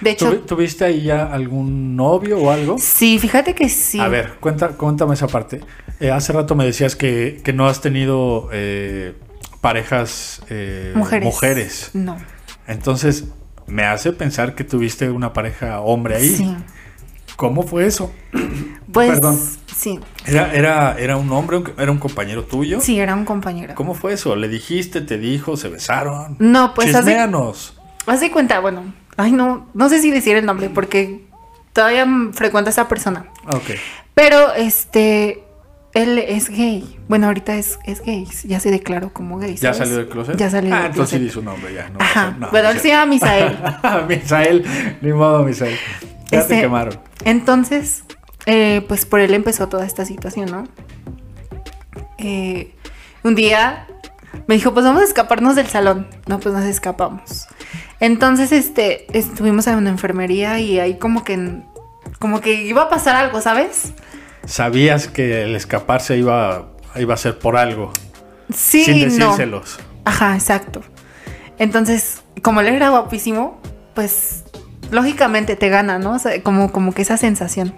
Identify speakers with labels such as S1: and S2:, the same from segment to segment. S1: De hecho,
S2: ¿Tuvi- ¿Tuviste ahí ya algún novio o algo?
S1: sí, fíjate que sí.
S2: A ver, cuenta, cuéntame esa parte. Eh, hace rato me decías que, que no has tenido eh, parejas eh,
S1: Mujeres.
S2: mujeres.
S1: No.
S2: Entonces, me hace pensar que tuviste una pareja hombre ahí.
S1: Sí.
S2: ¿Cómo fue eso?
S1: Pues
S2: Perdón.
S1: sí.
S2: ¿Era, era, era un hombre, un- era un compañero tuyo?
S1: Sí, era un compañero.
S2: ¿Cómo fue eso? ¿Le dijiste, te dijo, se besaron?
S1: No, pues, haz de-
S2: Chisméanos.
S1: Haz de cuenta, bueno, ay no, no sé si decir el nombre porque todavía mm, frecuento a esa persona.
S2: Ok.
S1: Pero este, él es gay. Bueno, ahorita es, es gay, ya se declaró como gay.
S2: ¿Ya
S1: ¿sabes?
S2: salió del closet?
S1: Ya salió
S2: Ah,
S1: del
S2: entonces sí
S1: closet.
S2: di su nombre ya. No
S1: Ajá.
S2: pasa- no,
S1: bueno,
S2: no
S1: él
S2: es
S1: se llama Misael.
S2: Misael, ni modo, Misael. Ya
S1: Este,
S2: te quemaron.
S1: Entonces, eh, pues por él empezó toda esta situación, ¿no? Eh, un día me dijo, pues vamos a escaparnos del salón. No, pues nos escapamos. Entonces, este, estuvimos en una enfermería y ahí como que, como que iba a pasar algo, ¿sabes?
S2: Sabías que el escaparse iba, iba a ser por algo,
S1: Sí,
S2: sin
S1: no.
S2: decírselos.
S1: Ajá, exacto. Entonces, como él era guapísimo, pues lógicamente te gana, ¿no? O sea, como, como que esa sensación.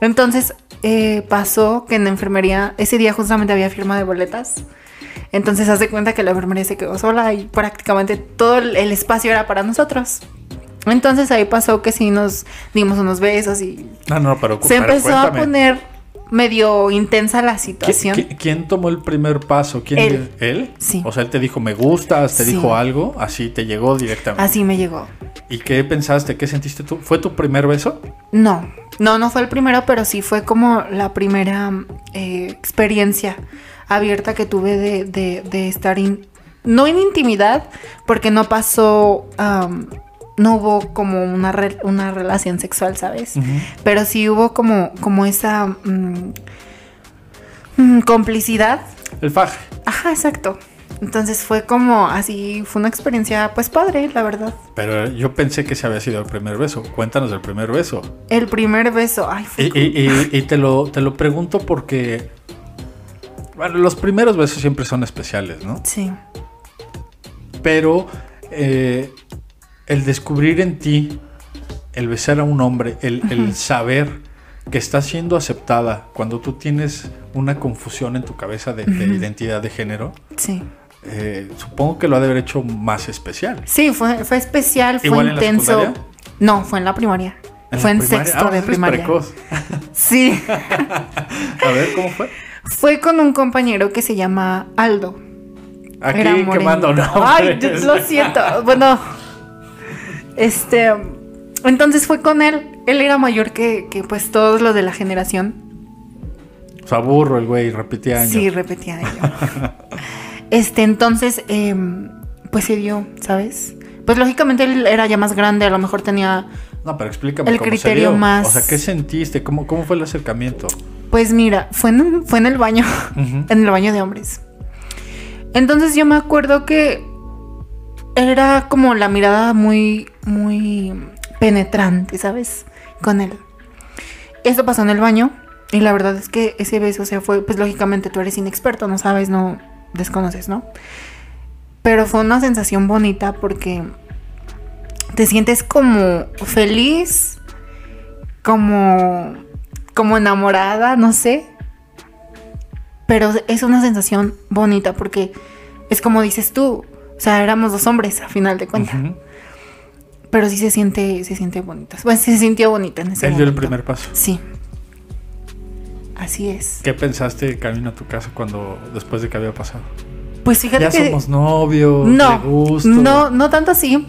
S1: Entonces, eh, pasó que en la enfermería, ese día justamente había firma de boletas. Entonces, haz de cuenta que la enfermería se quedó sola y prácticamente todo el el espacio era para nosotros. Entonces, ahí pasó que sí nos dimos unos besos y
S2: No, no, pero,
S1: se
S2: pero
S1: empezó
S2: cuéntame.
S1: a poner medio intensa la
S2: ¿Qui-
S1: situación.
S2: qui- ¿Quién tomó el primer paso? ¿Quién
S1: Él.
S2: ¿Él?
S1: Sí.
S2: O sea, él te dijo me gustas, te
S1: Sí.
S2: dijo algo, así te llegó directamente.
S1: Así me llegó.
S2: ¿Y qué pensaste? ¿Qué sentiste tú? ¿Fue tu primer beso?
S1: No, no, no fue el primero, pero sí fue como la primera eh, experiencia abierta que tuve de, de- de estar in- no en intimidad, porque no pasó, am, no hubo como una, re- una relación sexual,
S2: Mm.
S1: ¿sabes? Pero sí hubo como, como esa mm, mm, complicidad.
S2: El faje.
S1: Ajá, exacto. Entonces fue como así, fue una experiencia pues padre, la verdad.
S2: Pero yo pensé que se había sido el primer beso. Cuéntanos del primer beso.
S1: El primer beso, ay, fue
S2: Y, y- y- y te, lo, te lo pregunto porque... Bueno, los primeros besos siempre son especiales, ¿no?
S1: Sí.
S2: Pero eh, el descubrir en ti, el besar a un hombre, el, el saber que estás siendo aceptada cuando tú tienes una confusión en tu cabeza de, de identidad de género,
S1: Sí.
S2: eh, supongo que lo ha de haber hecho más especial.
S1: Sí, fue, fue especial, fue
S2: ¿Igual en la
S1: intenso.
S2: secundaria?
S1: no, fue en la primaria. fue
S2: la
S1: en
S2: primaria.
S1: sexto
S2: Ah,
S1: de
S2: eres
S1: primaria.
S2: precoz.
S1: Sí.
S2: A ver, ¿cómo fue?
S1: fue con un compañero que se llama Aldo.
S2: Aquí
S1: Era morenito.
S2: quemando
S1: Ay, yo
S2: nombres.
S1: lo siento. Bueno, este. Entonces fue con él. Él era mayor que, que, pues todos los de la generación.
S2: O sea, burro el güey, repetía años.
S1: Sí, repetía ello. Este, entonces, em, pues se dio, ¿sabes? Pues lógicamente él era ya más grande, a lo mejor tenía
S2: No, pero explícame
S1: El
S2: cómo se
S1: criterio
S2: dio.
S1: más-
S2: O sea, ¿qué sentiste? ¿Cómo, cómo fue el acercamiento?
S1: Pues mira, fue en, fue en el baño, en el baño de hombres. Entonces yo me acuerdo que era como la mirada muy, muy penetrante, ¿sabes? Con él. Esto pasó en el baño y la verdad es que ese beso, o sea, fue, pues lógicamente tú eres inexperto, no sabes, no desconoces, ¿no? Pero fue una sensación bonita porque te sientes como feliz, como, como enamorada, no sé. Pero es una sensación bonita porque es como dices tú, o sea, éramos dos hombres a final de cuentas.
S2: Ujú.
S1: Pero sí se siente, se siente bonita. Pues se sintió bonita en ese
S2: Él
S1: momento.
S2: dio el primer paso.
S1: Sí. Así es.
S2: ¿Qué pensaste camino a tu casa cuando después de que había pasado?
S1: Pues fíjate
S2: Ya
S1: que.
S2: somos novios,
S1: no,
S2: de gusto.
S1: no, no tanto así.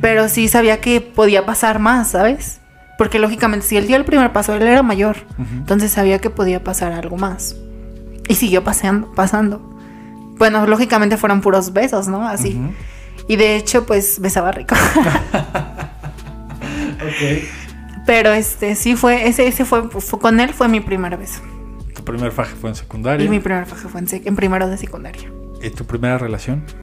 S1: Pero sí sabía que podía pasar más, ¿sabes? Porque lógicamente, si él dio el primer paso, él era mayor. Entonces sabía que podía pasar algo más. Y siguió paseando, pasando. Bueno, lógicamente fueron puros besos, ¿no? Así.
S2: Ujú.
S1: Y de hecho, pues besaba rico.
S2: Ok.
S1: pero este, sí fue, ese, ese fue, fue- con él fue mi primer beso.
S2: Tu primer faje fue en
S1: Y
S2: secundaria.
S1: mi primer faje fue en, sec- en primero de secundaria.
S2: ¿Y tu primera relación?